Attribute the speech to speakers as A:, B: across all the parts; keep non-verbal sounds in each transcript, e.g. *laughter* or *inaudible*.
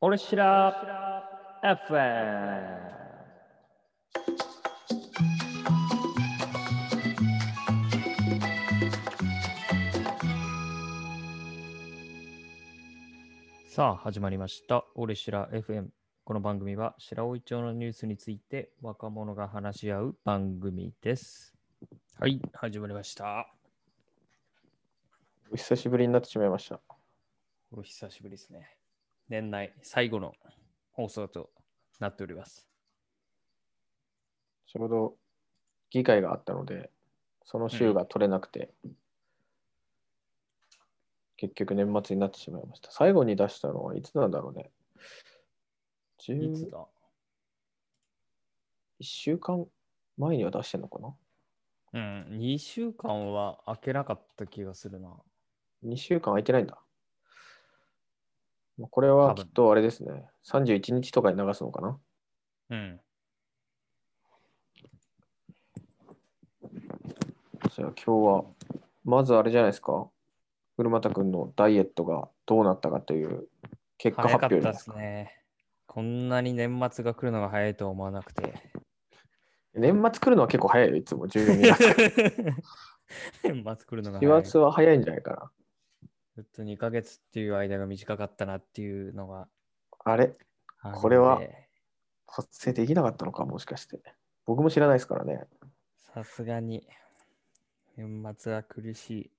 A: 俺しら FM さあ始まりました俺しら FM この番組は白老町のニュースについて若者が話し合う番組ですはい始まりました
B: お久しぶりになってしまいました。
A: お久しぶりですね年内最後の放送となっております
B: ちょうど議会があったので、その週が取れなくて、結局年末になってしまいました。最後に出したのはいつなんだろうね。
A: い
B: 10
A: つだ
B: 1週間前には出してんのかな
A: うん、2週間は開けなかった気がするな。
B: ?2 週間空いてないんだ。まあこれはきっとあれですね。31日とかに流すのかな
A: うん。
B: じゃあ今日は、まずあれじゃないですか。古俣君のダイエットがどうなったかという結果
A: 早
B: 発
A: かっ
B: 表
A: た
B: で
A: ですすね。こんなに年末が来るのが早いとは思わなく *laughs* て。
B: 年末来るのは結構早いよ、いつも12月。
A: *laughs* 年末来るのが
B: 4
A: 早い。
B: 月
A: ず
B: は早いんじゃないかな。
A: っと2ヶ月っていう間が短かったなっていうのが
B: あれ
A: あるので。
B: これは発生できなかったのか、もしかして。僕も知らないですからね。
A: さすがに。年末は苦しい。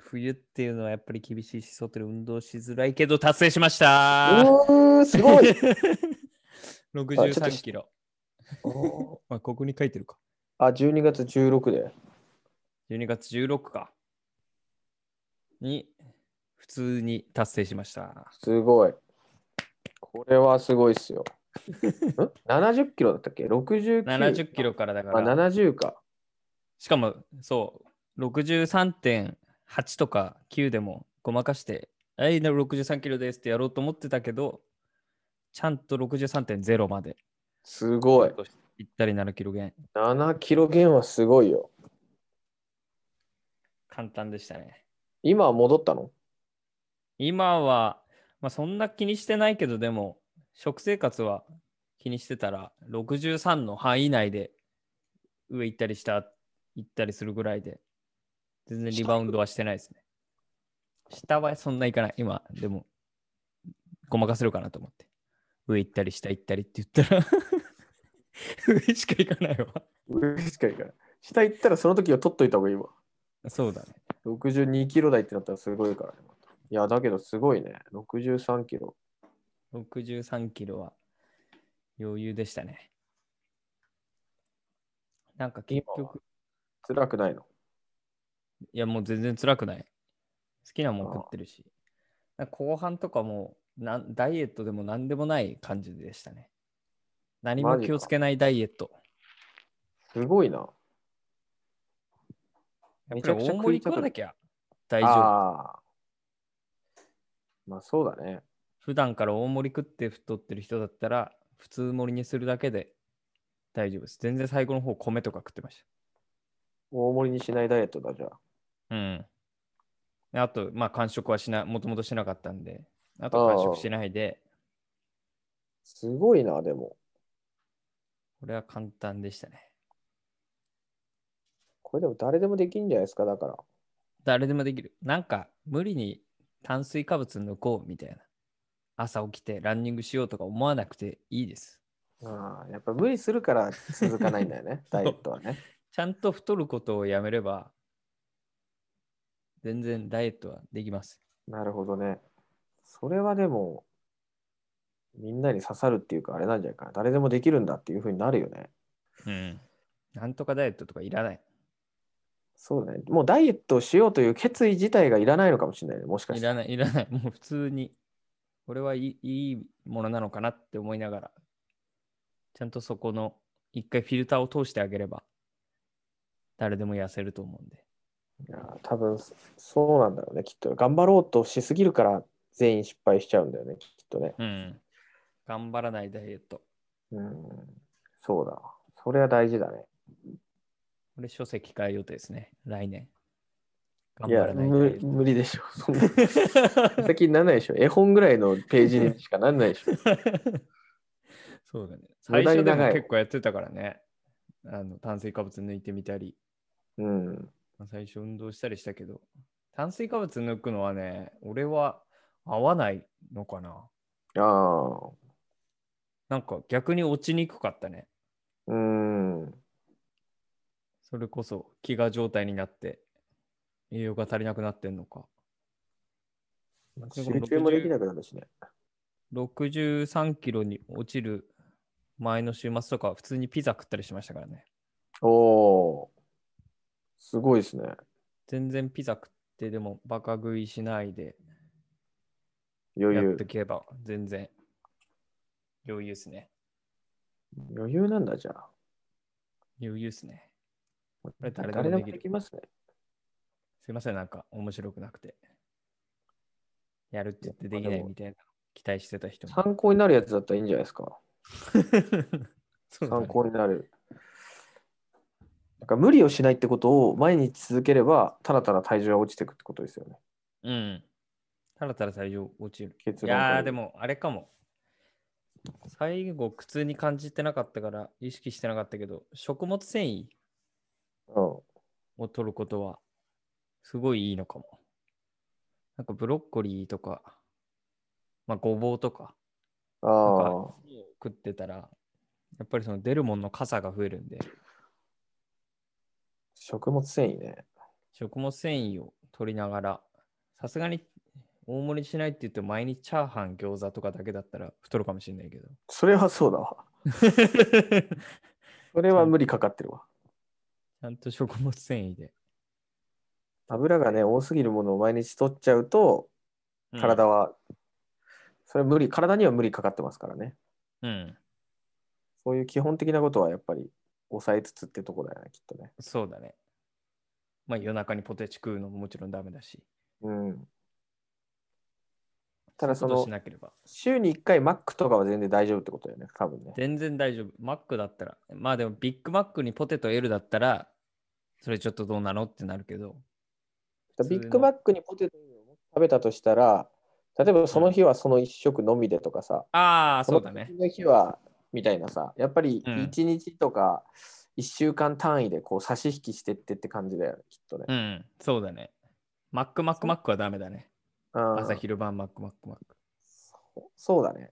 A: 冬っていうのはやっぱり厳しいし、外で運動しづらいけど達成しました
B: うーすご
A: *laughs*
B: いあちょっと
A: !63
B: し
A: キロ。
B: おー
A: まあ、ここに書いてるか。
B: あ、12月16で。
A: 12月16か。に、普通に達成しました。
B: すごい。これはすごい
A: *laughs*
B: っすよ。ん70キロだったっけ ?69。
A: 70キロからだ
B: あ、
A: から。
B: 70か。
A: しかも、そう、63.8とか9でもごまかして、はい、な63キロですってやろうと思ってたけど、ちゃんと63.0まです
B: ごい。
A: ぴったり7キロ減。
B: 7キロ減はすごいよ。
A: 簡単でしたね。
B: 今は戻ったの
A: 今は、まあ、そんな気にしてないけど、でも、食生活は気にしてたら、63の範囲内で上行ったり下行ったりするぐらいで、全然リバウンドはしてないですね。下はそんな行かない。今、でも、ごまかせるかなと思って。上行ったり下行ったりって言ったら、 *laughs* 上しか行かないわ。
B: 上しかいかない。下行ったらその時は取っといた方がいいわ。
A: そうだね。
B: 62キロ台ってなったらすごいからね。いや、だけどすごいね。63キロ。
A: 63キロは余裕でしたね。なんか結
B: 今は
A: 局、
B: 辛くないの。
A: いや、もう全然辛くない。好きなもん食ってるし。なんか後半とかもなんダイエットでも何でもない感じでしたね。何も
B: マジか
A: 気をつけないダイエット。
B: すごいな。
A: やっ
B: め
A: ぱり
B: ちゃくちゃ
A: 大盛
B: 食
A: り
B: い
A: 食
B: たく
A: わ
B: な
A: な
B: る
A: きゃ大丈夫。
B: ああ。まあそうだね。
A: 普段から大盛り食って太ってる人だったら、普通盛りにするだけで大丈夫です。全然最後の方、米とか食ってまし
B: 大盛りにしないダイエットだじゃあ。
A: た。うん。であと、まあ、間食はしない、もともとしなかったんで、あ
B: あ
A: と
B: あ
A: 間食しないで、
B: すごいな、でも。
A: これは簡単でしたね。
B: これでも誰でもできんじゃないですか、だから。
A: 誰でもできる。なんか無理に炭水化物抜こうみたいな。朝起きてランニングしようとか思わなくていいです。
B: ああ、やっぱ無理するから続かないんだよ *laughs* ね、ダイエットはね。
A: ちゃんと太ることをやめれば、全然ダイエットはできます。
B: なるほどね。それはでも、みんなに刺さるっていうか、あれなんじゃないかな。誰でもできるんだっていうふうになるよね。
A: うん。なんとかダイエットとかいらない。
B: そうだね。もうダイエットをしようという決意自体がいらないのかもしれないね。もしか
A: い
B: したら。
A: らない、いらない。 *laughs* もう普通に、これはいいいいものなのかなって思いながら、ちゃんとそこの一回フィルターを通してあげれば、誰でも痩せると思うんで。
B: いや多分そそうなんだろうね。きっと。頑張ろうとしすぎるから全員失敗しちゃうんだよね。きっとね。
A: うん。頑張らないダイエット。
B: うん。そうだ。それは大事だね。
A: これ書籍買う予定ですね。来年。頑
B: い
A: 張
B: や
A: らないと
B: 無、無理でしょ。そんな先にならないでしょ。絵本ぐらいのページにしかならないでし
A: *laughs*
B: ょ。
A: そうだね。
B: 無
A: 最
B: 駄
A: 初
B: に
A: で
B: 長い
A: も結構やってたからね。あの炭水化物抜いてみたり、
B: うん。
A: まあ最初運動したりしたけど、炭水化物抜くのはね、俺は合わないのかな。
B: ああ。
A: なんか逆に落ちにくかったね。
B: うん。
A: それこそ飢餓状態になって、栄養が足りなくなってんのか。
B: 集中もできなくなるしね。
A: 63キロに落ちる前の週末とか、普通にピザ食ったりしましたからね。
B: おおー。すごいですね。
A: 全然ピザ食ってでもバカ食いしないで
B: 余
A: やっ
B: 裕
A: て。けば全然余裕ですね。
B: 余裕なんだじゃあ。
A: 余裕ですね。これ誰で
B: 誰で
A: もでき
B: もで
A: る
B: き。ますね。
A: すいません、なんか面白くなくて。やるって言ってできないみたいな期待してた人も。
B: 参考になるやつだったらいいんじゃないですか。
A: *laughs* そうだね
B: 参考になる。なんか無理をしないってことを毎日続ければ、ただただ体重が落ちていくってことですよね。
A: うん。たらたら最上落ちる。
B: 結
A: い
B: 論から
A: や
B: 言
A: ー、
B: う
A: でもあれかも。最後、苦痛に感じてなかったから、意識してなかったけど、食物繊維を取ることは、すごいいいのかも。なんかブロッコリーとか、まあ、ごぼうとか、
B: うん。
A: なんか
B: ああ。
A: 食ってたら、やっぱりその出るものの傘が増えるんで、
B: 食物繊維ね。
A: 食物繊維を取りながら、さすがに大盛りしないって言っても毎日チャーハン、餃子とかだけだったら太るかもしれないけど。
B: それはそうだわ。
A: ち
B: それは無理かかってるわ。
A: ゃんと食物繊維で。
B: 油がね、多すぎるものを毎日取っちゃうと、体
A: は。
B: は、それ無理、体には無理かかってますからね。
A: うん。
B: そういう基本的なことはやっぱり抑えつつってとこだよね、きっとね。
A: そうだね。まあ夜中にポテチ食うのももちろんダメだし。
B: うん。ただそ
A: そういうことし、
B: の
A: なければ。
B: 週に1回マックとかは全然大丈夫ってことだよね、多分ね。
A: 全然大丈夫。マックだったら。まあでもビッグマックにポテト L だったら、それちょっとどうなのってなるけど。普
B: だ
A: 通
B: ビ
A: の
B: ッグマックにポテトを食べたとしたら、例えばその日はその1食のみでとかさ、
A: ああ、そ
B: この
A: うだね。
B: 次の日はみたいなさ、やっぱり
A: うん
B: 1日とか1週間単位でこう差し引きしてってって感じだよね、きっとね。
A: うん、そうだね。マックマックマックはダメだね。
B: うん
A: 朝昼晩マックマックマック。
B: そうそうだね。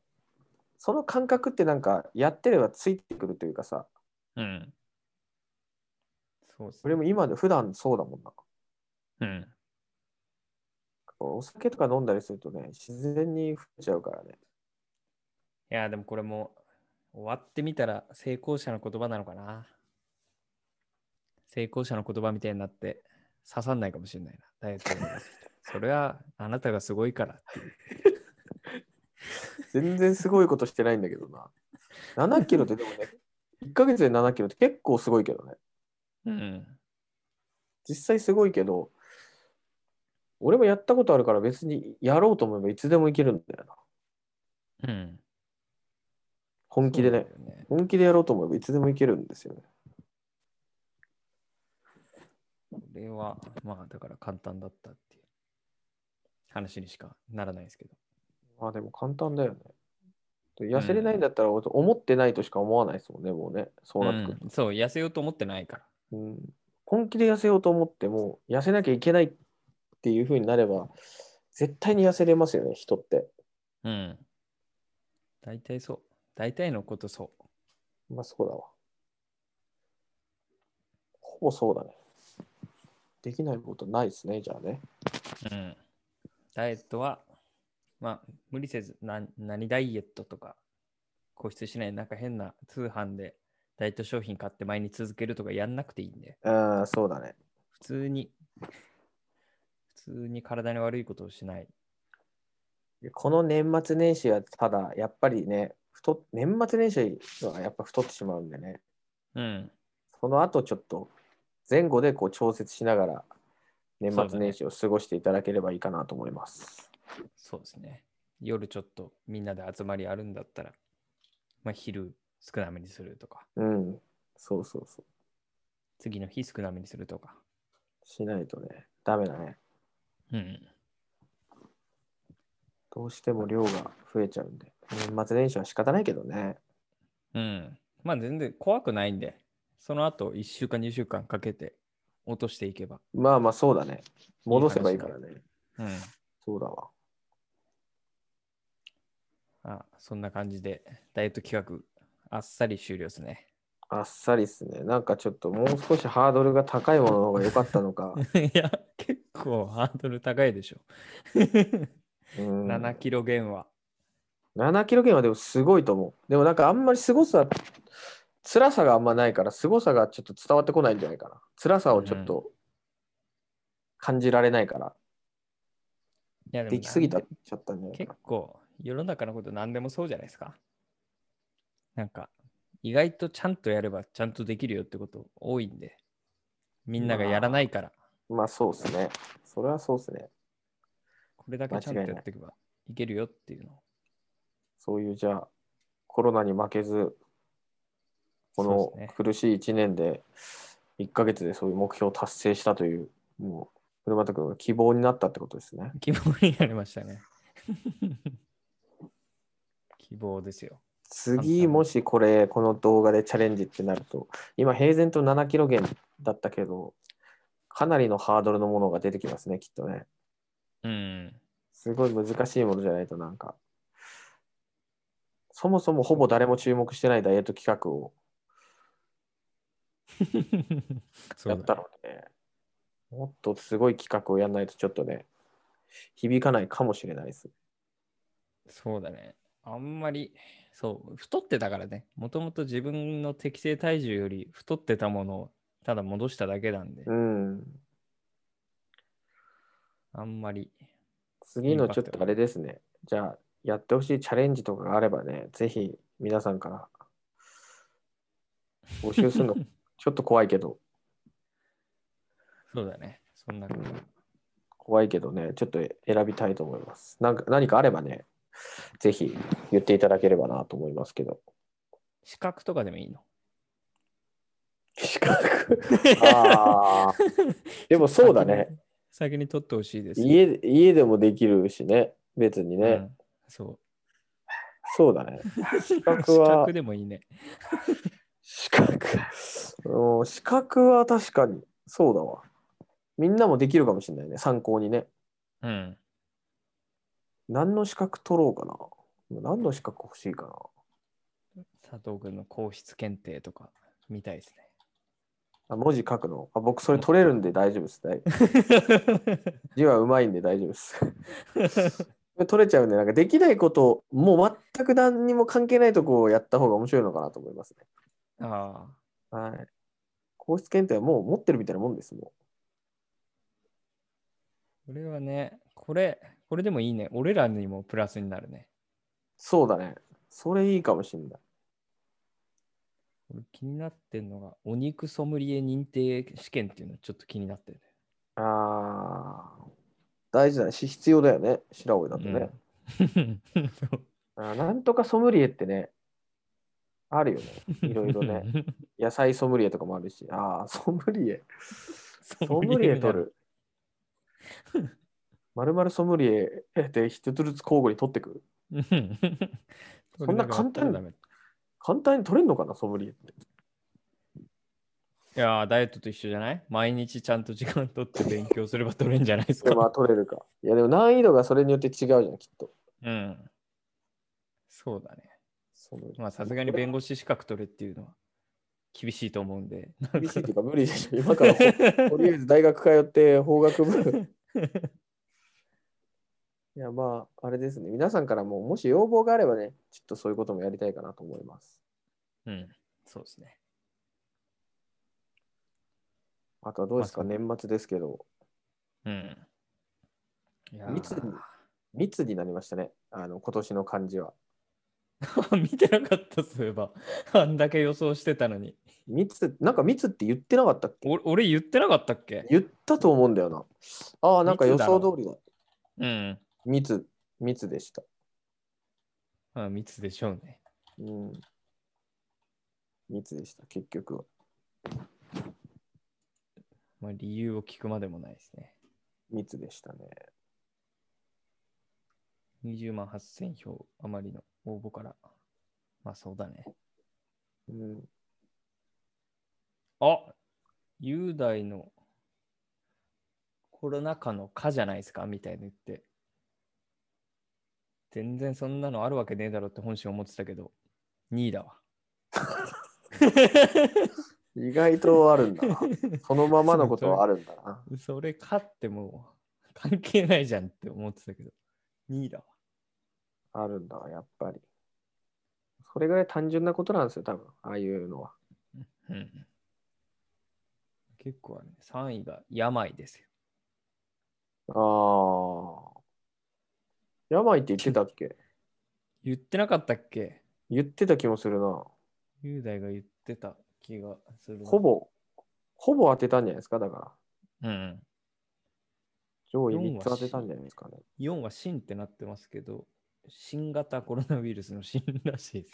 B: その感覚ってなんかやってればついてくるというかさ、
A: うん。そうです
B: それ
A: ね。
B: も今で普段そうだもんな。
A: うん。
B: お酒とか飲んだりするとね、自然に増えちゃうからね。
A: いや、でもこれも終わってみたら成功者の言葉なのかな。成功者の言葉みたいになって刺さんないかもしれないな。ダイエットを目指す人それはあなたがすごいから。
B: 全然すごいことしてないんだけど
A: *laughs*
B: な。7キロってでもね、1ヶ月で7キロって結構すごいけどね。
A: うん。
B: 実際すごいけど、俺もやったことあるから別にやろうと思えばいつでもいけるんだよな。
A: うん。
B: 本気でね
A: そ。うだよね
B: 本気でやろうと思えばいつでもいけるんですよね。
A: これは、まあだから簡単だったっていう話にしかならないですけど。
B: まあでも簡単だよね。痩せれないんだったら思ってないとしか思わないですもんね、もうね。そうなってくると。
A: うんそう、痩せようと思ってないから。
B: うん本気で痩せようと思っても、痩せなきゃいけないっていう風になれば、絶対に痩せれますよね、人って。
A: うん。大体そう。大体のことそ
B: まあそうだわ。ほぼそうだね。できないことないですね、じゃあね。
A: う。うん。ダイエットは、まあ、無理せず、な何ダイエットとか、固執しない、なんか変な通販でダイエット商品買って毎日続けるとかやんなくていいんで、
B: ああ、そうだね。
A: 普通に、 *laughs* 普通に体に悪いことをしない。
B: この年末年始はただ、やっぱりね、太っ年末年始はやっぱ太ってしまうんでね、
A: うん。
B: その後ちょっと前後でこう調節しながら、年末年始を過ごしていただければいいかなと思います。
A: そうですね。夜ちょっとみんなで集まりあるんだったら、まあ、昼少なめにするとか、
B: うん、そうそうそう。
A: 次の日少なめにするとか。
B: しないとね、ダメだね。
A: うん。
B: どうしても量が増えちゃうんで。年末年始は仕方ないけどね。
A: うん。まあ全然怖くないんで、その後1週間2週間かけて落としていけば。
B: まあまあそうだね。戻せばいいからね。
A: うん。
B: そうだわ。
A: あそんな感じで、ダイエット企画、あっさり終了ですね。
B: あっさりっすね。なんかちょっともう少しハードルが高いものの方が良かったの
A: *laughs*
B: か。
A: *laughs* いや、結構ハードル高いでし *laughs* ょ。
B: うん
A: 7キロ減は。
B: 7キロ減はでもすごいと思う。でもなんかあんまりすごさ、辛さがあんまないから、すごさがちょっと伝わってこないんじゃないかな。辛さをちょっと感じられないから、
A: いやでも
B: できすぎたちゃったんじゃないか
A: 結
B: な。
A: 構世の中のこと何でもそうじゃないですか。なんか意外とちゃんとやればちゃんとできるよってこと多いんで、みんながやらないから、
B: まあそうっすね。それはそうっすね。
A: これだけちゃんと
B: 間違いない
A: やっていけばいけるよっていうのを。
B: そういうじゃあ、コロナに負けず、
A: そ
B: こ
A: うで
B: の
A: すね
B: 苦しい1年で、1ヶ月でそういう目標を達成したという、もう、古俣君が希望になったってことですね。
A: 希望になりました *laughs* ね。希望ですよ。
B: 次、もしこれ、この動画でチャレンジってなると、今、平然と7キロ減だったけど、かなりのハードルのものが出てきますね、きっとね。
A: うん。
B: すごい難しいものじゃないと、なんか、そもそもほぼ誰も注目してないダイエット企画を
A: そ
B: や
A: う
B: っ
A: だ。
B: たので、もっとすごい企画をやらないと、ちょっとね、響かないかもしれないです。
A: そうだね。あんまり、そう、太ってたからね。もともと自分の適正体重より太ってたものをただ戻しただけなんで、
B: うん。
A: あんまり
B: 次のちょっとあれですね。じゃあ、やってほしいチャレンジとかがあればね、ぜひ皆さんから募集するの、
A: *laughs*
B: ちょっと怖いけど、
A: そうだね。そんなこと
B: 怖いけどね、ちょっと選びたいと思います。なんか何かあればね、ぜひ言っていただければなと思いますけど。
A: 資格とかでもいいの
B: 資格
A: *laughs*
B: ああ。でもそうだね。。
A: 先に先に取ってほしいです。
B: 家で家でもできるしね、別にね。
A: うんそう。
B: そう
A: *laughs*
B: だね。資格
A: 資 *laughs*
B: は
A: 格、でもいいね。
B: 資格。うん資格は確かに、そうだわ。みんなもできるかもしれないね、参考にね。
A: うん。
B: 何の資格取ろうかな。何の資格欲しいかな。
A: 佐藤君の皇室検定とか見たいで
B: *laughs*
A: す
B: あ文字書くの。あ僕、それ取れるんで大丈夫です。大
A: ね。
B: 字はうまいんで大丈夫です。 *laughs* これ取れちゃうんで、なんかできないことを、もう全く何にも関係ないとこをやった方が面白いのかなと思いますね。
A: ああ。
B: はい。皇室検定はもう持ってるみたいなもんです、も
A: これはね、これ、これでもいいね。俺らにもプラスになるね。
B: う。そうだね。それいいかもしれない。
A: 俺気になってんのが、お肉ソムリエ認定試験っていうのちょっと気になってる、
B: ああ、大事だね。し必要だよね。白老だとね。
A: ね。そう
B: あーなんとかソムリエってね、あるよね。いろい
A: *laughs*
B: ろね。。野菜ソムリエとかもあるし。ああ、ソム
A: *laughs*
B: リエ。ソムリエ取。る。まるまるソムリエで一つずつ交互に取ってくる。
A: うん
B: そんな簡単に
A: ダメい
B: 簡単に取れるのかな、ソムリエって。
A: やーダイエットと一緒じゃない毎日ちゃんと時間取って勉強すれば取れるんじゃないです
B: *laughs* でま
A: か。
B: あ取れるか。いやでも難易度がそれによって違うじゃん、きっと。
A: うん。そうだね。
B: ソムリエ
A: まあ、さすがに弁護士資格取れっていうのは厳しいと思うんで。
B: 厳しいっていうか無理でしょ。今からほ *laughs* とりあえず大学通って法
A: *laughs*
B: 学部。いやまあ、あれですね。皆さんからも、もし要望があればね、ちょっとそういうこともやりたいかなと思います。
A: *laughs* うん、そうですね。
B: あとはどうですか、
A: まあ
B: 年末ですけど、
A: うん。いやー
B: 密に密になりましたね。あの、今年の漢字は。
A: *laughs* 見てなかった、そういえば。 *laughs* あんだけ予想してたのに。
B: 密、なんか密って言ってなかったっけ
A: お俺言ってなかったっけ
B: 言ったと思うんだよな。ああ、なんか予
A: 密だろ
B: 想通りだ。
A: うん。
B: 密、密でした。
A: まあ、密でしょうね。
B: うん。密でした、結局は。
A: まあ、理由を聞くまでもないですね。
B: 密でしたね。
A: 20万8000票余りの応募から。まあそうだね。
B: うん。
A: あ雄大のコロナ禍の禍じゃないですかみたいな言って。全然そんなのあるわけねえだろって本心思ってたけど、2位だ
B: *laughs*
A: わ。
B: 意外とあるんだ
A: *laughs*
B: な。そのままのことはあるんだな。
A: それ勝っても関係ないじゃんって思ってたけど、2位だわ。
B: あるんだわ、やっぱり。それぐらい単純なことなんですよ、多分ああいうのは。
A: うん、結構あるね。3位が病ですよ。
B: ああ。病って言ってたっけ
A: 言ってなかったっけ
B: 言ってた気もするな。
A: 雄大が言ってた気がするな。
B: ほぼ、ほぼ当てたんじゃないですか、だから。
A: うん。
B: 上位3つ当てたんじゃないですかね。
A: 4は新ってなってますけど、新型コロナウイルスの新らしいです。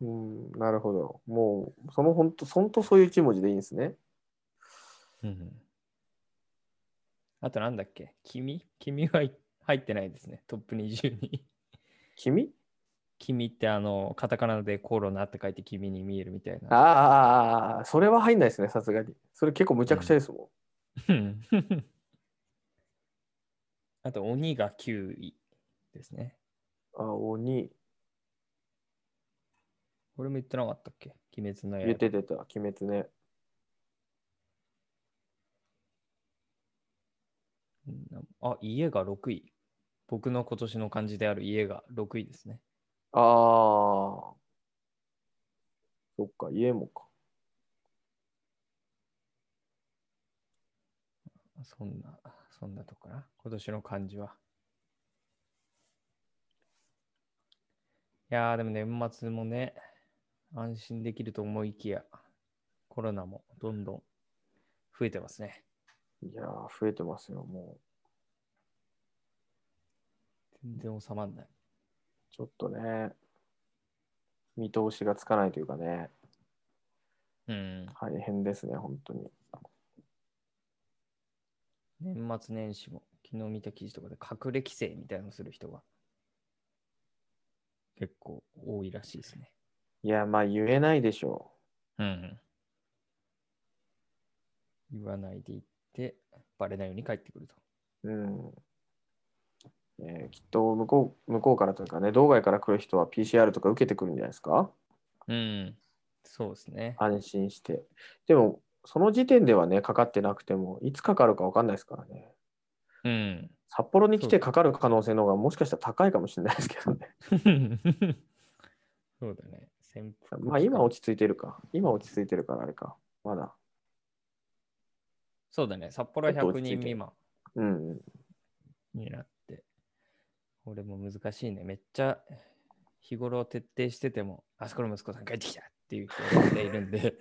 B: うん、なるほど。もう、その本当、そんとそういう一文字でいいんですね。
A: うんあとなんだっけ君君はい入ってないですね。トップ20に。
B: 君
A: 君ってあの、カタカナでコロナって書いて君に見えるみたい
B: あ
A: な。
B: あああああ、それは入んないですね、さすがに。それ結構むちゃくちゃですもん。
A: うん *laughs* あと鬼が9位ですね。
B: あ、鬼、
A: これも言ってなかったっけ鬼滅の刃。
B: 言っててた、鬼滅ね。
A: うんあ、家が6位。僕の今年の漢字である家が6位ですね。
B: ああ。そっか、家もか。
A: そんな、そんなとこかな。今年の漢字は。いやー、でも年末もね、安心できると思いきや、コロナもどんどん増えてますね。
B: いやー、増えてますよ、も
A: 全然収まんない。
B: う。ちょっとね、見通しがつかないというかね、
A: うん。
B: 大変ですね、本当に。
A: 年末年始も、昨日見た記事とかで隠れ規制みたいなのする人が結構多いらしいですね。
B: いや、まあ言えないでしょ
A: うん。言わないでいって、バレないように帰ってくると。
B: う。うん。えーきっと向こう、向こうからというかね、道外から来る人は PCR とか受けてくるんじゃないですか
A: うん。そうですね。
B: 安心して。でも、その時点ではね、かかってなくても、いつかかるか分かんないですからね。
A: うん。 *laughs*
B: 札幌に来
A: そ
B: て
A: う
B: かかる可能性の方がもしかしたら高いかもしれないですけどね。
A: そうだね。潜伏
B: まあ今
A: 期間
B: 落ち着いてるか。今落ち着いてるからあれか。まだ。
A: そうだね。札幌は
B: ちょっと
A: 100
B: 落ち着いて
A: 人未満
B: うんうん。
A: になって。これも難しいね。めっちゃ日頃徹底してても、あそこの息子さん帰ってきたっていう人がいるん
B: *laughs*
A: で。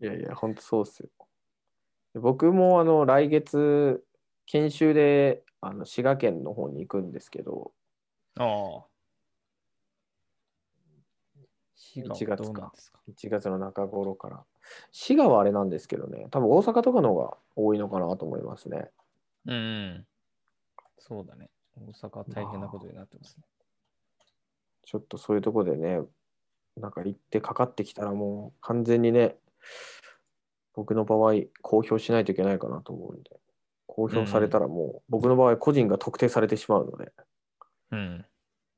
B: いやいや、ほんとそうっすよ。で僕もあの来月、研修であの滋賀県の方に行くんですけど、
A: ああ。滋賀
B: 1
A: は
B: 月か
A: どうなんですか
B: 1月の中頃から。滋賀はあれなんですけどね、多分大阪とかの方が多いのかなと思いますね。
A: うんうん。そうだね。大阪は大変なことになってますね。
B: ちょっとそういうとこでね、なんか行ってかかってきたらもう完全にね、僕の場合公表しないといけないかなと思うんで、公表されたらもう僕の場合個人が特定されてしまうので、
A: うん。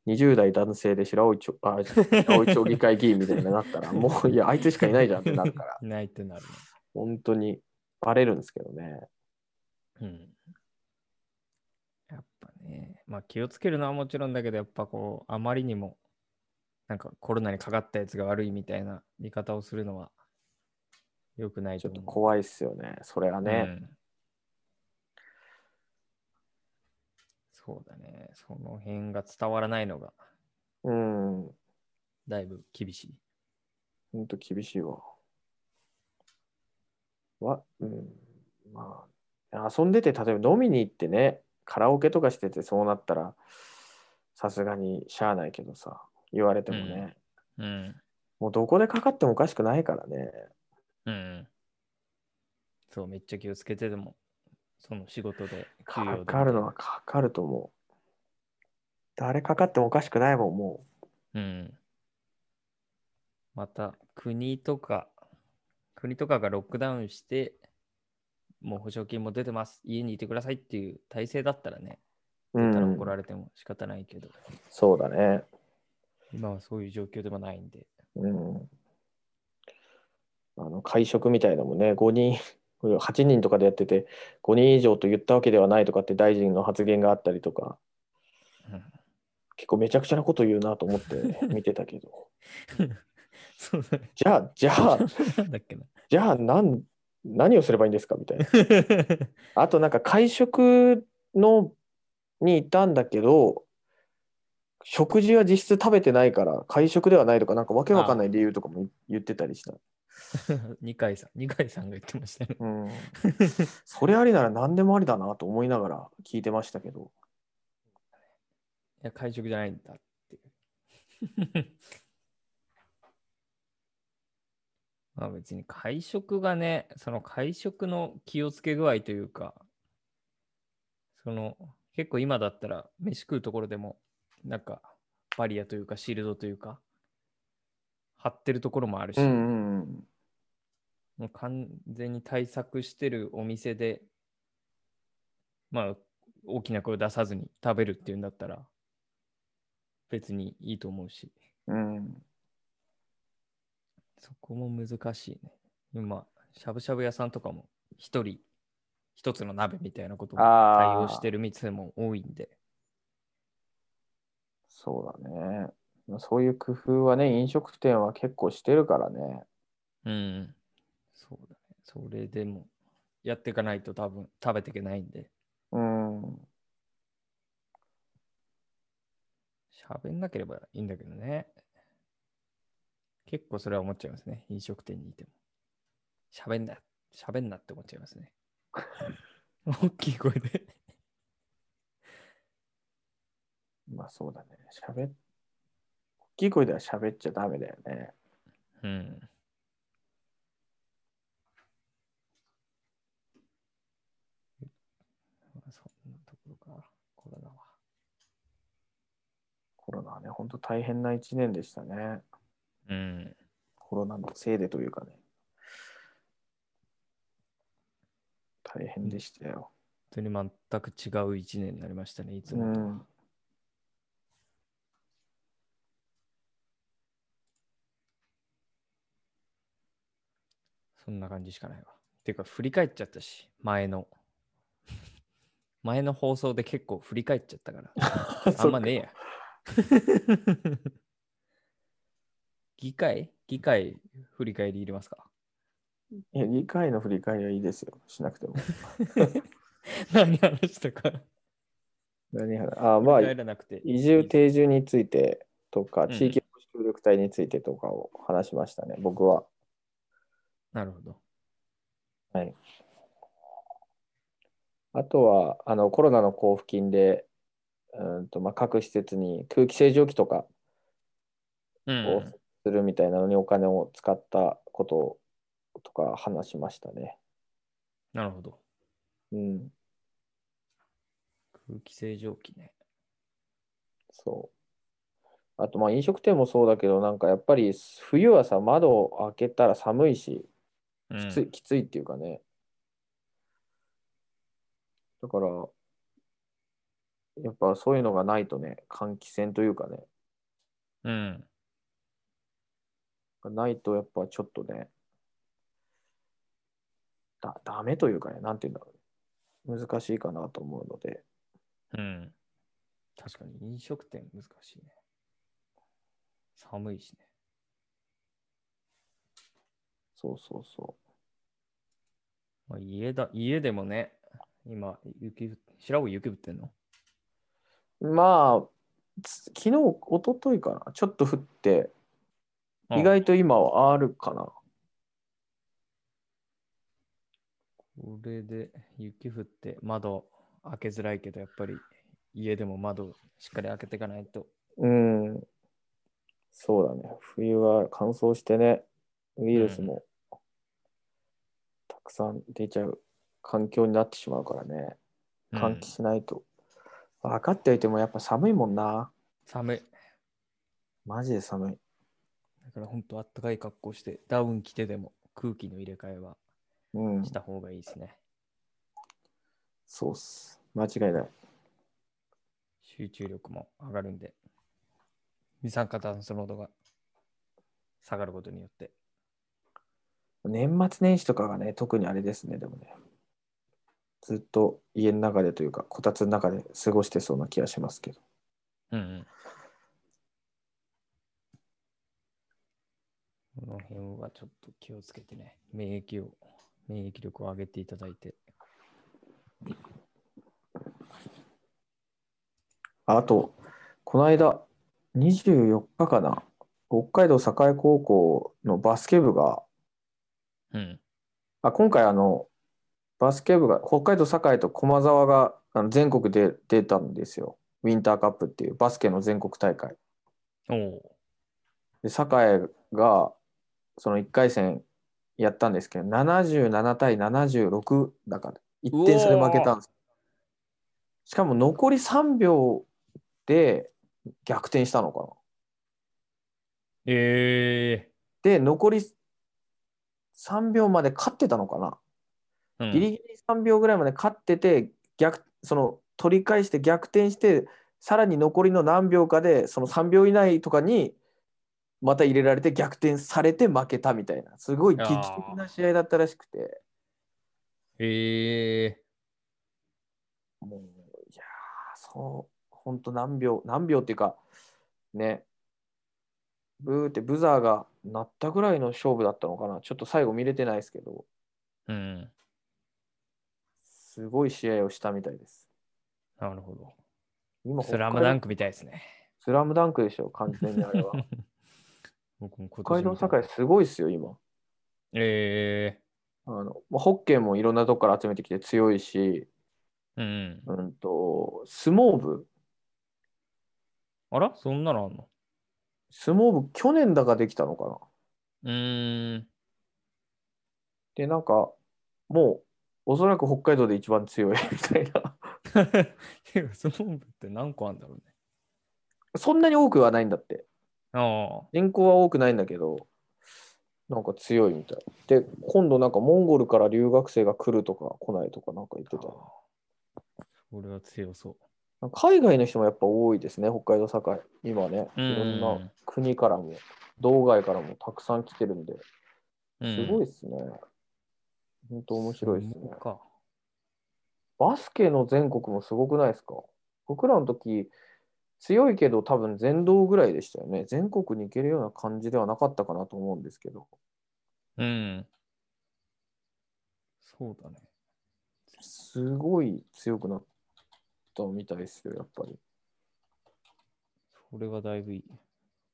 B: 20代男性で白老町あ白老町議会議員みたいになった *laughs* ら、もういや、あいつしかいないじゃんってなるから、
A: いないってなるね。
B: 本当にバレるんですけどね。
A: うん。やっぱね、まあ気をつけるのはもちろんだけど、やっぱこう、あまりにも、なんかコロナにかかったやつが悪いみたいな言い方をするのは良くない
B: ち
A: と
B: ょっと
A: 思う。
B: 怖いっすよね、それはね。
A: うんそうだね。その辺が伝わらないのが、
B: うん、
A: だいぶ厳しい。
B: 本当厳しいわ。わ、うん、まあ、遊んでて、例えば飲みに行ってね、カラオケとかしててそうなったら、さすがにしゃあないけどさ、言われてもね、
A: うん。
B: もうどこでかかってもおかしくないからね。
A: うん。そう、めっちゃ気をつけてでも、その仕事で、給
B: か
A: 料で
B: かるのはかかると思う。誰かかってもおかしくないもん、も
A: うん。また、国とか、国とかがロックダウンして、もう保証金も出てます。家にいてくださいっていう体制だったらね、
B: う。う
A: 出たら
B: ん
A: 怒、られても仕方ないけど、
B: そうだね。
A: 今はそういう状況でもないんで。
B: うん。あの会食みたいなのもね、5人、8人とかでやってて、5人以上と言ったわけではないとかって大臣の発言があったりとか、
A: うん
B: 結構めちゃくちゃなこと言うなと
A: *laughs*
B: 思って見てたけど、
A: *laughs* そうだね。
B: じゃあ、じゃあ、
A: *laughs* なんだっけな。 *laughs*
B: じゃあなん何をすればいいんですかみたいな。あとなんか会食のにいたんだけど、食事は実質食べてないから、会食ではないとか、なんかわけわかんない理由とかも言ってたりした。
A: 二階さん、二階さんが言ってましたね。
B: *laughs* うん、それありなら何でもありだなと思いながら聞いてましたけど、
A: いや、会食じゃないんだ
B: *laughs*
A: っていう。まあ別に会食がね、その会食の気をつけ具合というか、その結構今だったら飯食うところでも、なんかバリアというかシールドというか、貼ってるところもあるし、
B: んうん、
A: もう完全に対策してるお店で、まあ、大きな声出さずに食べるっていうんだったら、別にいいと思うし、
B: うん、
A: そこも難しいね。今、しゃぶしゃぶ屋さんとかも、一人、一つの鍋みたいなことを対
B: ああ
A: 応してる店も多いんで、
B: そうだね。そういう工夫はね、飲食店は結構してるからね。
A: うん、そうだね。それでも、やっていかないと多分食べていけないんで、
B: うん、
A: 喋んなければいいんだけどね。結構それは思っちゃいますね。飲食店にいても。喋んな、喋んなって思っちゃいますね。大きい声で。
B: まあそうだね。喋っ大きい声では喋っちゃダメだよね。
A: うん。そんなところか、コロナは。
B: コロナはね、本当大変な一年でしたね。
A: うん。
B: コロナのせいでというかね。大変でしたよ。
A: 本当に全く違う一年になりましたね、いつ
B: う
A: もと。
B: ん。
A: そんな感じしかないわ。ていうか、振り返っちゃったし、前の。 *laughs* 前の放送で結構振り返っちゃった
B: *laughs*
A: から。あんまねえや。 *laughs* 議会議会振り返り入れ
B: *laughs*
A: ますか
B: いや、議会の振り返りはいいですよ。しなくても。
A: 何話したか
B: 何話あ、まあ
A: 振り、返らなくて。
B: 移住定住についてとか、
A: ん
B: 地域保守協力隊についてとかを話しましたね、僕は。
A: なるほど。
B: あとは、あの、コロナの交付金で、うんとまあ、各施設に空気清浄機とか
A: うん
B: をするみたいなのにお金を使ったこととか話しましたね。
A: なるほど。
B: うん、
A: 空気清浄機ね。
B: そう。あと、まあ、飲食店もそうだけど、なんかやっぱり冬はさ、窓を開けたら寒いし、
A: うん
B: きつい、きついっていうかね。だから、やっぱそういうのがないとね、換気扇というかね、
A: うん。
B: ないとやっぱちょっとね、だ、ダメというかね、なんていうんだろうね。難しいかなと思うので、
A: うん。確かに飲食店難しいね。寒いしね。
B: そうそうそ
A: まあ、家だ、家でもね、今、雪降っ、白尾雪降ってんの
B: う。まあ、つ昨日、一昨日かな、ちょっと降って、意外と今はあるかな。
A: これで雪降って窓開けづらいけど、やっぱり家でも窓しっかり開けていかないと。
B: うん。そうだね。冬は乾燥してね、ウイルスもたくさん出ちゃう環境になってしまうからね。
A: うん
B: 換気しないと。分かっておいてもやっぱ寒いもんな。
A: 寒い。
B: マジで寒い。
A: だから本当あったかい格好して、ダウン着てでも空気の入れ替えは
B: うん
A: し。た方がいいですね。
B: そうっす。間違いない。
A: 集中力も上がるんで、二酸化炭素濃度が下がることによって。
B: 年末年始とかがね、特にあれですね、でもね。ずっと家の中でというか、こたつの中で過ごしてそうな気がしますけど。
A: うん、この辺はちょっと気をつけてね、免疫を、免疫力を上げていただいて。
B: あと、この間、24日かな、北海道栄高校のバスケ部が、
A: うん。
B: あ今回あの、バスケ部が、北海道栄と駒沢があの全国で出たんですよ。ウィンターカップっていうバスケの全国大会。
A: おお。
B: で、栄が、その1回戦やったんですけど、77対76だから、1点差で負けたんです。しかも残り3秒で逆転したのかな。
A: え
B: で、残り3秒まで勝ってたのかな、
A: えー。
B: ギリギリ3秒ぐらいまで勝ってて、逆その取り返して逆転して、さらに残りの何秒かで、その3秒以内とかに、また入れられて逆転されて負けたみたいな、すごい劇的な試合だったらしくて、
A: ええ
B: もう、いやー、そう、本当何秒、何秒っていうか、ね、ブーってブザーが鳴ったぐらいの勝負だったのかな、ちょっと最後見れてないですけど。
A: うん。
B: すごい試合をしたみたいです。
A: なるほど。
B: 今
A: スラムダン
B: ク。
A: クみたいですね。 *laughs*
B: スラムダンクでしょ、完全にあれは。
A: 僕も
B: 北
A: 今
B: 海
A: 年
B: 道
A: 見た
B: 境すごいですよ、今。
A: え
B: あのまあホッケーもいろんなとこから集めてきて強いし、
A: えうん。
B: うんと、相撲部、
A: あらそんなのあんの
B: 相撲部、去年だができたのかな。
A: うーん。
B: で、なんか、もう、おそらく北海道で一番強い *laughs* みたいな。
A: てか、相撲部って何個あんだろうね。
B: そんなに多くはないんだって。
A: ああ。
B: 人口は多くないんだけど、なんか強いみたい。で、今度なんかモンゴルから留学生が来るとか来ないとかなんか言ってた。
A: それは強そう。
B: 海外の人もやっぱ多いですね、北海道境。今ね、いろんな国からも、道外からもたくさん来てるんで、
A: うん
B: すごいですね。本当面白いですね
A: そう。か。
B: バスケの全国もすごくないですか僕らの時、強いけど多分全道ぐらいでしたよね。全国に行けるような感じではなかったかなと思うんですけど。
A: うん。そうだね。
B: すごい強くなったみたいですよ、やっぱり。
A: それはだいぶいい。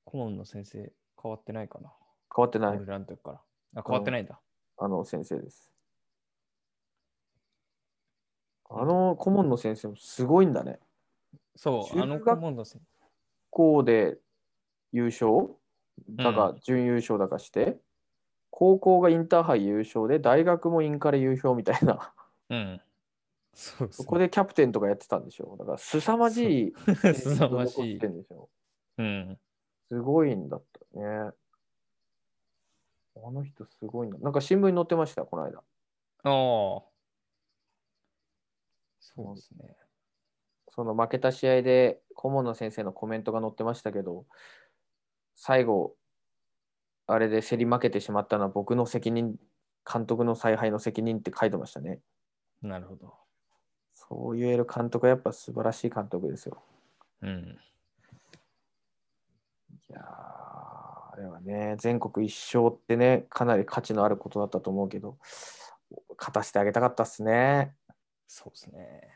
A: 顧問の先生、変わってないかな。
B: 変わってない
A: 俺、らの時から。あ、変わってないんだ。
B: あの先生です。あの顧問の先生もすごいんだね。
A: そう、
B: 中
A: あの
B: 学
A: 顧問の先生。
B: 校で優勝だ
A: う
B: か準優勝だかして、高校がインターハイ優勝で大学もインカレ優勝みたいな
A: うん。そうそ。
B: そうこでキャプテンとかやってたんでしょだから凄まじい *laughs*
A: で *laughs*
B: 成
A: す
B: 績
A: さ
B: を残
A: ま
B: し
A: じい
B: て。んでしょ
A: うん。
B: すごいんだったねあの人すごいななんか新聞に載ってましたこの間
A: ああ。そうですね。
B: その負けた試合で顧問の先生のコメントが載ってましたけど、最後、あれで競り負けてしまったのは僕の責任、監督の采配の責任って書いてましたね。
A: なるほど。
B: そう言える監督はやっぱ素晴らしい監督ですよ。
A: うん。
B: いやーあれはね、全国一勝ってね、かなり価値のあることだったと思うけど、勝たせてあげたかったっすね。
A: そうですね。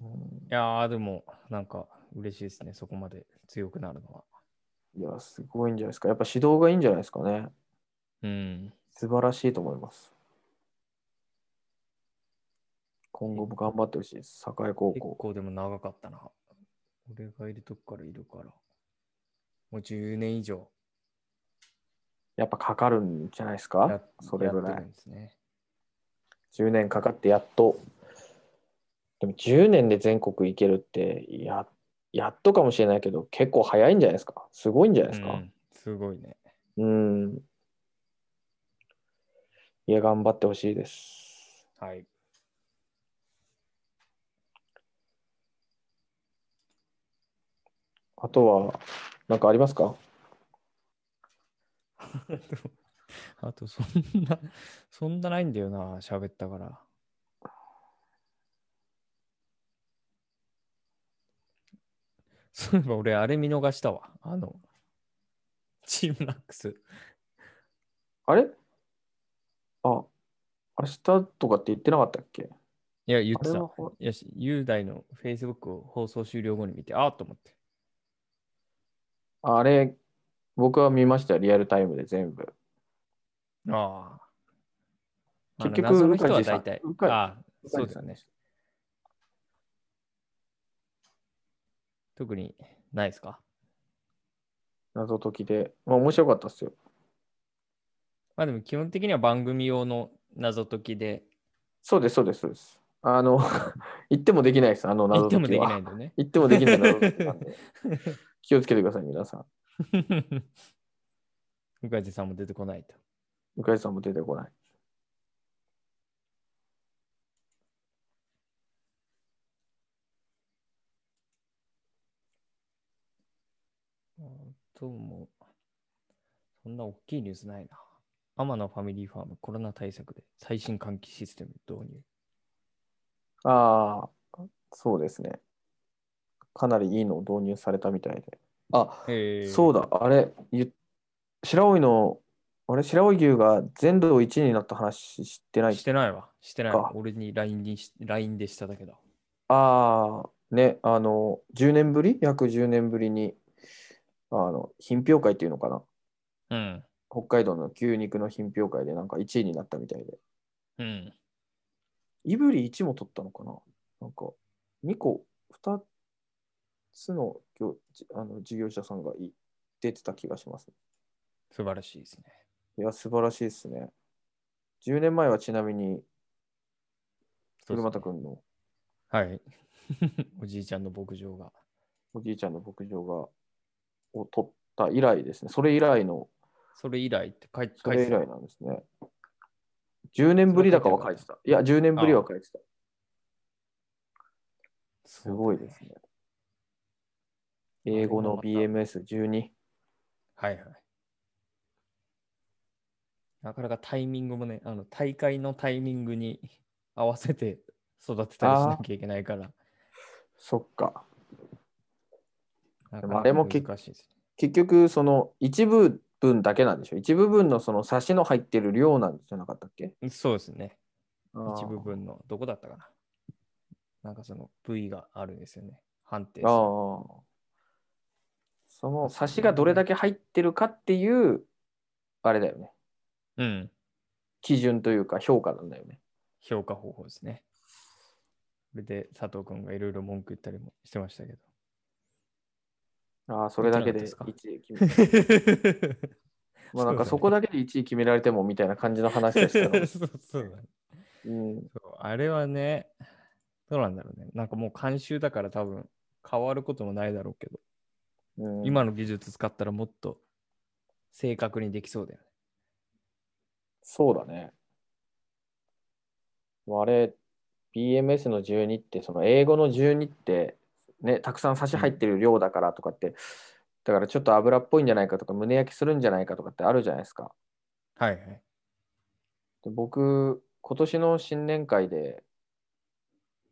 B: うん
A: いやー、でも、なんか、嬉しいですね。そこまで強くなるのは。
B: いや、すごいんじゃないですか。やっぱ指導がいいんじゃないですかね。
A: うん。
B: 素晴らしいと思います。今後も頑張ってほしいです。境高
A: 結
B: 校。
A: 構でも長かったな。俺がいるとこからいるから。もう10年以上
B: やっぱかかるんじゃないですか
A: や
B: それぐら
A: やって
B: い
A: るんですね。
B: 10年かかってやっとでも10年で全国行けるってややっとかもしれないけど結構早いんじゃないですかすごいんじゃないです
A: う
B: か
A: んすごいね。
B: うんいや頑張ってほしいです
A: はい。 *laughs*
B: あとは何かありますか
A: あと、そんな、そんなないんだよな、喋ったから。そういえば俺、あれ見逃したわ。あの、チームラックス。
B: あれあ明日とかって言ってなかったっけ
A: いや、言っ
B: あ
A: て
B: れ
A: た。
B: はい
A: や、し雄大の Facebook を放送終了後に見て、ああと思って。
B: あれ僕は見ましたよリアルタイムで全部
A: ああ。
B: 結局
A: あの謎の人は
B: 宇梶さん
A: 大体
B: 宇。梶
A: ああ、そうだよね。特にないですか。
B: 謎解きで、まあ、面白かったっすよ
A: まあでも基本的には番組用の謎解きで、
B: そうです、そうです、そうです。あの、 *laughs* 言ってもできないです、あの
A: 言
B: 謎
A: っても
B: 解
A: で
B: き
A: き
B: は。
A: ないんだよね。 *laughs*
B: 言ってもできない謎解きなん *laughs* で。気をつけてください、皆さん。
A: 向梶さんも出てこないと。
B: 向井さんも出てこない。
A: あとも、そんな大きいニュースないな。天野ファミリーファームコロナ対策で最新換気システム導入。
B: ああ、そうですね。かなりいいのを導入されたみたいで。あ、
A: え
B: そううだ、あれ、ゆ白老の、あれ、白老牛が全道1位になった話知ってない
A: してないわ。してないわ
B: か。
A: 俺に LINE にし LINE でしただけだ。
B: ああ、ね、あの、10年ぶり約10年ぶりに、あの、品評会っていうのかな。
A: うん。
B: 北海道の牛肉の品評会でなんか1位になったみたいで。
A: うん。
B: イブリ1も取ったのかななんか2個、2つの業じあの事業者さんがい出てた気がします。
A: 素晴らしいですね。
B: いや、素晴らしいですね。10年前はちなみに、
A: そうです
B: 古
A: ね
B: 俣君の
A: はい。おじい *laughs* ちゃんの牧場が。
B: おじいちゃんの牧場がを取った以来ですね。それ以来の、
A: それ以来って書いて
B: そ
A: 書い
B: れ
A: て
B: 以
A: た
B: 来なんですね。10年ぶりだかは書いてた。いや、10年ぶりは書いてた。すごいですね。英語の
A: あれ
B: BMS12。
A: はいはい。なかなかタイミングもね、あの大会のタイミングに *laughs* 合わせて育てたりしなきゃいけないから。
B: そっか。
A: な
B: で
A: か
B: も
A: な
B: あ
A: か
B: れも結
A: 難しいですね。
B: 結局、その一部分だけなんでしょ一部分のその差しの入ってる量なんじゃなかったっけ
A: そうですね。一部
B: あ
A: 分のどこだったかな。なんかその部位があるんですよね。判定す
B: ー
A: る
B: あー。その差しがどれだけ入ってるかっていう、あれだよね。
A: うん。
B: 基準というか評価なんだよね。
A: 評価方法ですね。それで佐藤君がいろいろ文句言ったりもしてま *laughs* したけど。
B: ああ、それだけで1位決めまあなんかそこだけで1位決められてもみたいな感じの話
A: *laughs*
B: でしたの
A: そうそうだね
B: うん。
A: そうあれはね、どうなんだろうね。なんかもう慣習だから多分変わることもないだろうけど、
B: うん、
A: 今の技術使ったらもっと正確にできそうだよね。
B: そうだね。もうあれ、BMS の12って、その英語の12って、ね、たくさん差し入ってる量だからとかって、だからちょっと油っぽいんじゃないかとか、胸焼けするんじゃないかとかってあるじゃないですか。
A: はいはい。
B: で僕、今年の新年会で、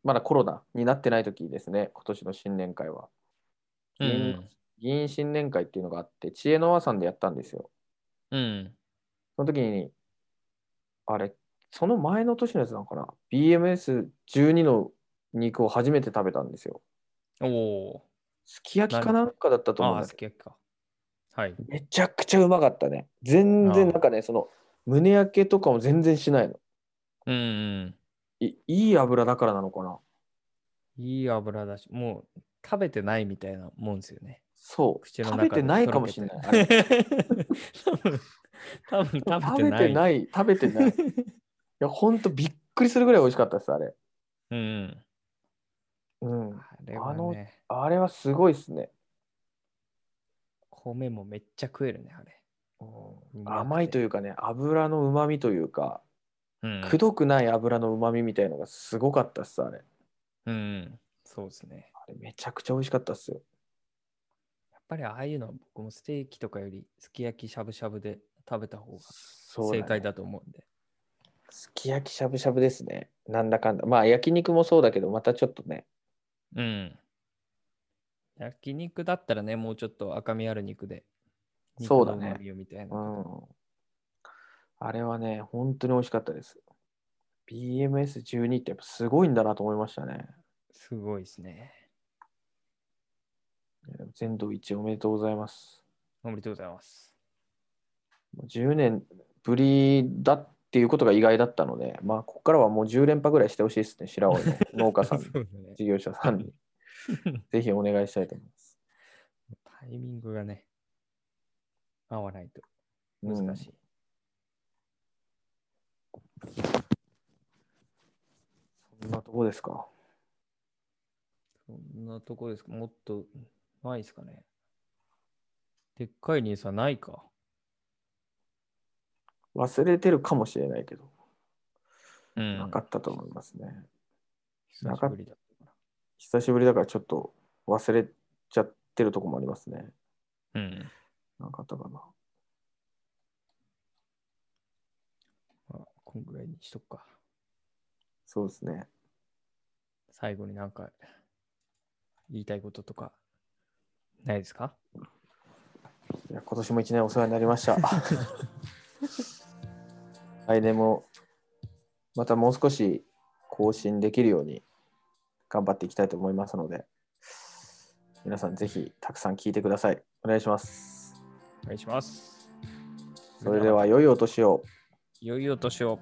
B: まだコロナになってない時ですね、今年の新年会は。
A: う
B: 議員,、
A: ん。
B: 議員新年会っていうのがあって、知恵の輪さんでやったんですよ。
A: うん。
B: その時に、あれ、その前の年のやつなのかな ?BMS12 の肉を初めて食べたんですよ。
A: おお
B: すき焼きかなんかだったと
A: ー。
B: 思
A: あ
B: うん
A: あ、
B: だ
A: す
B: け
A: き焼きか。はい。
B: ど。めちゃくちゃうまかったね。全
A: あ
B: 然、
A: ー
B: なんかね、その、胸焼けとかも全然しないの。
A: うん、うん。
B: いいい油だからなのかな
A: いい油だし、もう食べてないみたいなもんですよね。
B: そう。
A: 口の
B: 食
A: 中で
B: べてないかもしれない。あれ
A: い。多分多分 *laughs* 食べて
B: 食べ
A: ない。
B: てない、食べ
A: *laughs*
B: てない。いや、ほんとびっくりするぐらい美味しかったです、あれ。
A: うん。
B: うん。
A: あれは
B: あの
A: ね、
B: あれはすごいですね。
A: 米もめっちゃ食えるね、あれ。
B: うん
A: うまくて
B: 甘いというかね、油の旨味というか、
A: うん
B: くどくない油の旨味みたいのがすごかったっす、あれ。
A: うん。そうですね。
B: あれめちゃくちゃ美味しかったっすよ。
A: やっぱりああいうのは僕もステーキとかよりすき焼きしゃぶしゃぶで食べた方
B: そ
A: が
B: うだね
A: 正解だと思うんで。
B: すき焼きしゃぶしゃぶですね。なんだかんだ。まあ焼肉もそうだけど、またちょっとね。
A: うん。焼肉だったらね、もうちょっと赤身ある肉で。
B: そうだね
A: 肉の旨味をみたいな
B: う。ん。あれはね、本当に美味しかったです。BMS12 ってやっぱすごいんだなと思いましたね。
A: すごいですね。
B: いや全土一おめでとうございます。
A: おめでとうございます。
B: もう10年ぶりだっていうことが意外だったので、まあ、ここからはもう10連覇ぐらいしてほしいですね、白老の農家さ
A: *laughs*
B: ん
A: そ
B: に
A: う、だね
B: 事業者さ
A: *laughs*
B: んに。ぜひお願いしたいと思います。
A: タイミングがね、合わないと
B: うん
A: 難しい。
B: そんなとこですか。
A: そんなとこですかもっとないですかね。でっかいニュースはないか。
B: 忘れてるかもしれないけど、
A: うん
B: なかったと思いますね。
A: 久しぶりだったか
B: 久しぶりだからちょっと忘れちゃってるとこもありますね。
A: ら。うん。
B: なかったかな。
A: まあ、こんぐらいにしとくか。
B: そうですね。
A: 最後になんか言いたいこととかないですか
B: いや今年も一年お世話になり
A: *laughs*
B: ました。来年もまたもう少し更新できるように頑張っていきたいと思いますので、皆さんぜひたくさん聞いてください。お願いします。
A: お願いします。
B: それでは良いお年を。
A: 良いお年を。